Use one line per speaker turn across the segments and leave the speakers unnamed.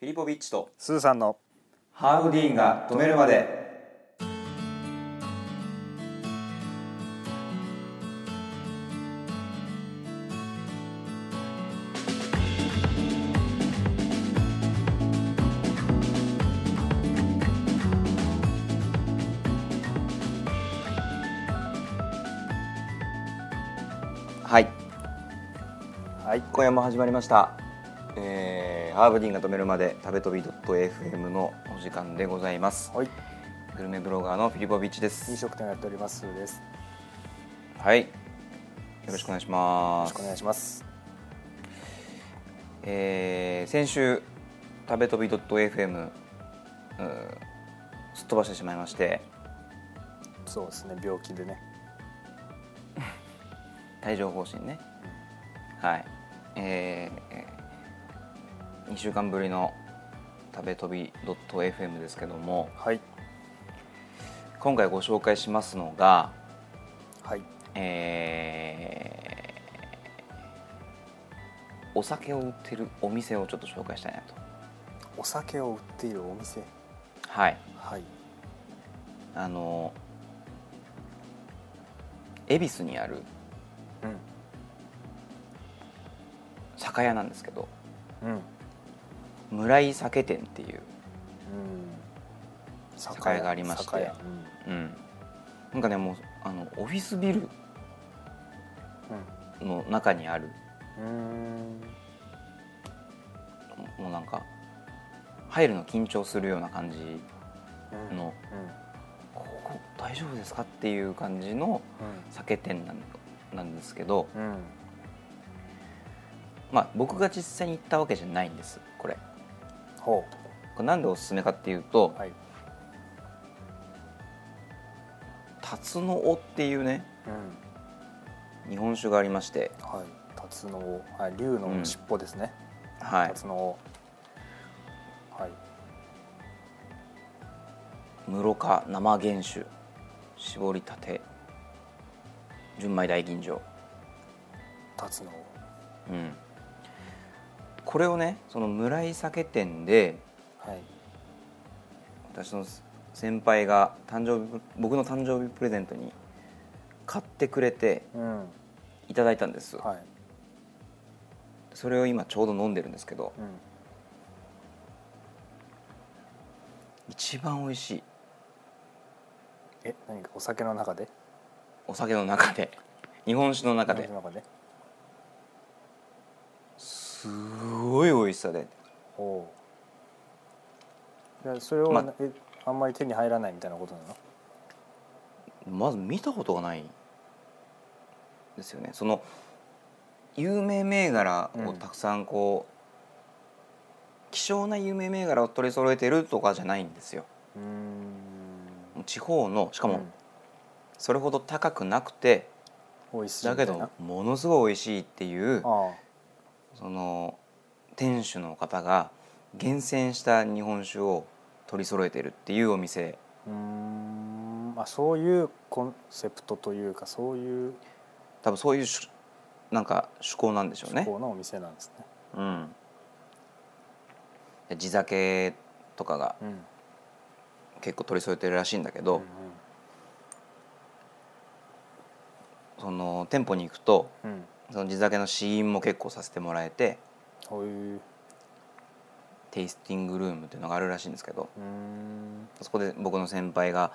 フィリポビッチと
スーさんの
ハーブディーンが止めるまではい
はい
今夜も始まりました、えー、ハーブディーンが止めるまで食べ飛び .fm のお時間でございます
はい
グルメブロガーのフィリポビッチで
飲
す
食店をやっておりますスーですよ
はいよろしくお願いしま
ろ
す
しくお願いします
えー先週食べ飛び .fm うーすっ飛ばしてしまいまして
そうですね病気でね
帯状疱疹ねはいえー、2週間ぶりの食べ飛び .fm ですけども
はい
今回ご紹介しますのが
はい
えーお酒を売ってるお店をちょっと紹介したいなと
お酒を売っているお店
はい
はい
あの恵比寿にある
う
酒屋なんですけど
んうん
村井酒店っていう、
酒
酒屋がありまして
酒屋
うん、なんかねもうあのオフィスビルの中にある
うんうんう
もうなんか入るの緊張するような感じ
ーんうん
の
うん
ここ大丈夫ですかっていう感じの酒店なんなんですけど、
うんうん
まあ、僕が実際に行ったわけじゃないんですこれこ
ほ
れなんでおすすめかっていうと
うはい
辰野尾っていうね
うん
日本酒がありまして、
はいタツノオはい竜の尻尾ですね
は
タツノオはい
い、室賀生原酒搾りたて純米大吟醸、
タツノ
うん、これをねその村井酒店で
オはい
私の先輩が誕生日僕の誕生日プレゼントに買ってくれて
うん
いただいたんです、
はい
それを今ちょうど飲んでるんですけど
うん
一番美味しい
え何かお酒の中で
お酒の中で 日本酒の中で
お酒の中です
ごい美味しさで
おおうそれを、
ま
えあんまり手に入らないみたいなことなの
まず見たことがないですよねその有名銘柄をたくさんこう、希少な有名銘柄を取り揃えてるとかじゃないんですよ
うーん
地方のしか
う
も
ん
それほど高くなくて、
美味しい
だ
みた
け
いな
どものすごい美味しいっていう
あ
その店主の方が厳選した日本酒を取り揃えてるっていうお店
あうーんあそういうコンセプトというかそういう
多分そういうしなんか趣向なんでしょうね
趣向のお店なんですね
うん、地酒とかが
うん
結構取り添えてるらしいんだけど、
うん
その店舗に行くと
うんうん
その地酒の試飲も結構させてもらえて
そういう
テイスティングルームっていうのがあるらしいんですけど
うーん
そこで僕の先輩が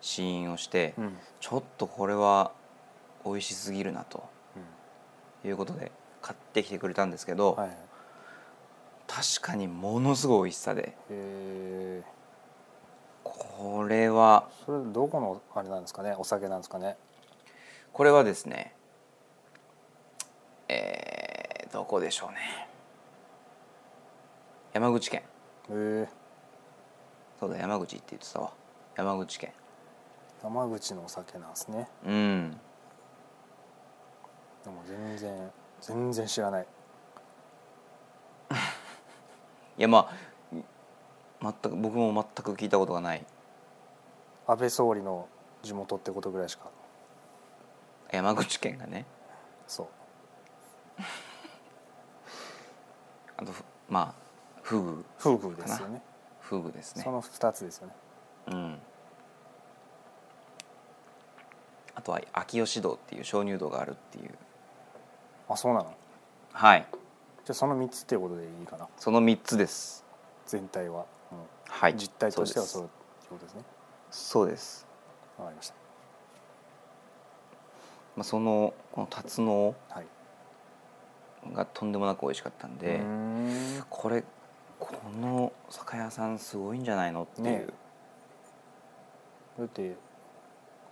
試飲をして、
うん
ちょっとこれは美味しすぎるなということで買ってきてくれたんですけど、
うんはい
確かにものすごい美味しさで
えー
これは
それどこのあれなんですかねお酒なんですかね
これはですねえーどこでしょうね山口県
えー、
そうだ山口って言ってたわ山口県
山口のお酒なんですね
うん
でも全然全然知らない
いやまあ全く僕も全く聞いたことがない
安倍総理の地元ってことぐらいしか
山口県がね
そう
あとふまあフグ
夫婦ですよね
フグですね
その2つですよね
うんあとは秋吉堂っていう鍾乳洞があるっていう
あそうなの
はい
じゃあその3つっていうことでいいかな
その3つです
全体は、も
は
う
い
実態としては
そ
そういううことですね
ですそうです、
わかりました
まあ、そのこのタツノ
はい
オがとんでもなく美味しかったんで、
うーん
これこの酒屋さんすごいんじゃないのっていう、
ねだって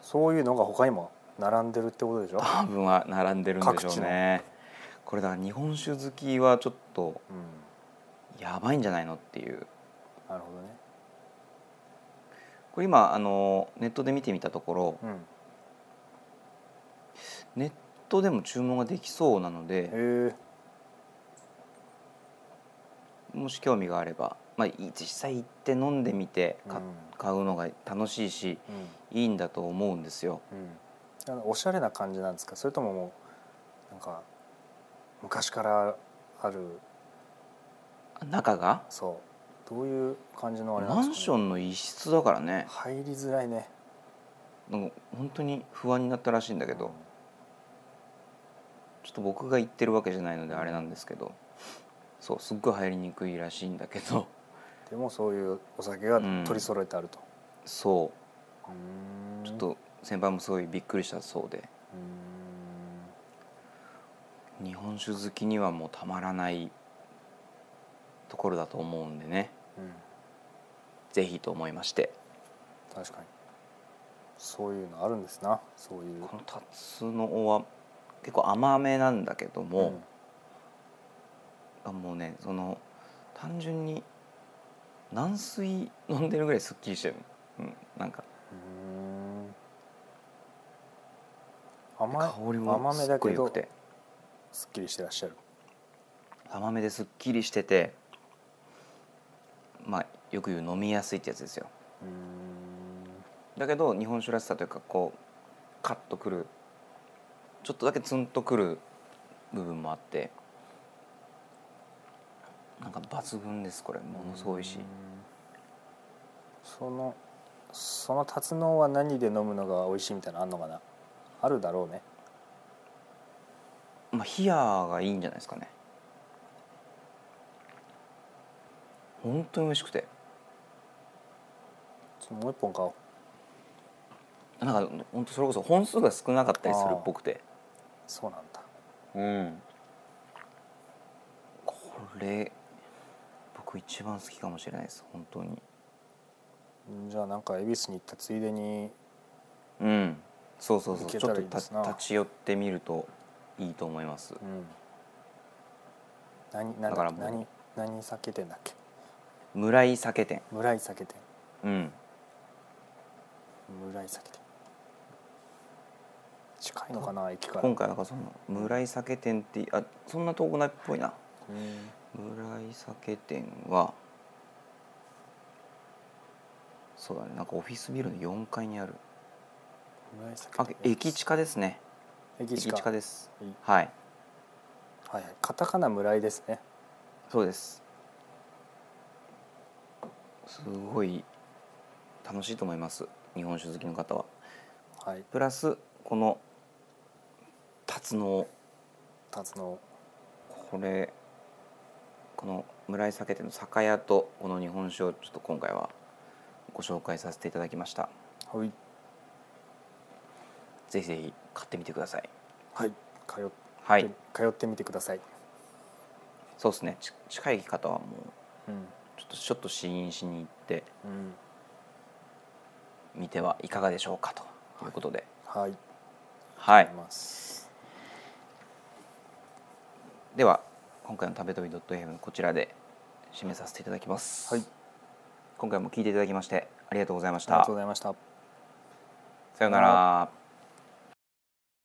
そういうのが他にも並んでるってことでしょ、
多分は並んでるんでしょ
各地
う
の
ねこれだから日本酒好きはちょっと
うん、
やばいんじゃないのっていう
なるほどね
これ今あのネットで見てみたところ
うん
ネットでも注文ができそうなので
へえ
もし興味があれば、まあ、い実際行って飲んでみてか
うん
買うのが楽しいしいいんだと思うんですよ。
うんうんあのおしゃれな感じなんですかそれとももうなんか昔からある
中が
そうどういう感じのあれな
マ
ん
ン
です
シ
か、
ョ
ね、
ンの一室だからね
入りづらいね
なんか本当に不安になったらしいんだけど、
うん
ちょっと僕が行ってるわけじゃないのであれなんですけどそうすっごい入りにくいらしいんだけど
でもそういうお酒が取り揃えてあると、
そうう
ーん
ちょっと先輩もすごいびっくりしたそうで
うーん
日本酒好きにはもうたまらないところだと思うんでね
うん
ぜひと思いまして
確かにそういうのあるんですなそういう
このタツノオは結構甘めなんだけども、あもうねその単純に軟水飲んでるぐらいすっきりしてる、うん、なんか
うんうーん甘い
香りも
甘め
すっ
だ
ご
け
い良く
ど
て
すっきりしてらっしゃる
甘めですっきりしててまあよく言う飲みやすいってやつですよ
うーん
だけど日本酒らしさというかこうカッとくるちょっとだけツンとくる部分もあってなんか抜群ですこれものすごい美味しい
うんそのその辰野は何で飲むのが美味しいみたいなのあんのかなあるだろうね
まあ冷やがいいんじゃないですかね本当に美味しくて
ちょっともう一本買おう
なんか本当それこそ本数が少なかったりするっぽくて
そうなんだ
うんこれ僕一番好きかもしれないです本当に
うんじゃあなんか恵比寿に行ったついでに
うんそうそうそう
いけ
ちょ
た
っ
ら
と
いいで
た
すな
立ち寄ってみるといいと思います
うん何何
だからもう
何何酒店だっけ
村井酒店
村井酒店
うん
村井酒店近いのかな駅から
今回なんかその村井酒店ってあそんな遠くないっぽいな
うん
村井酒店はそうだねなんかオフィスビルの4階にある
村井酒
あ
店
駅近ですね
駅
駅
近
近です
はい
はい
はいはいカタカナ村井ですね
そうですすごい楽しいと思います日本酒好きの方は
はい
プラスこの辰野
辰野
これこの村井酒店の酒屋とこの日本酒をちょっと今回はご紹介させていただきました
はい
ぜひぜひ買ってみてください
はい通って、
はい
通ってみてください
そうですねち近い方はもう
うん
ちょっとちょっと試飲しに行って
うん
みてはいかがでしょうかということで
はい
はい、
あります
では今回の食べ飛び .fm こちらで締めさせていただきます、
はい
今回も聞いていただきましてありがとうございまし
ありが
た
とうございました
さようなら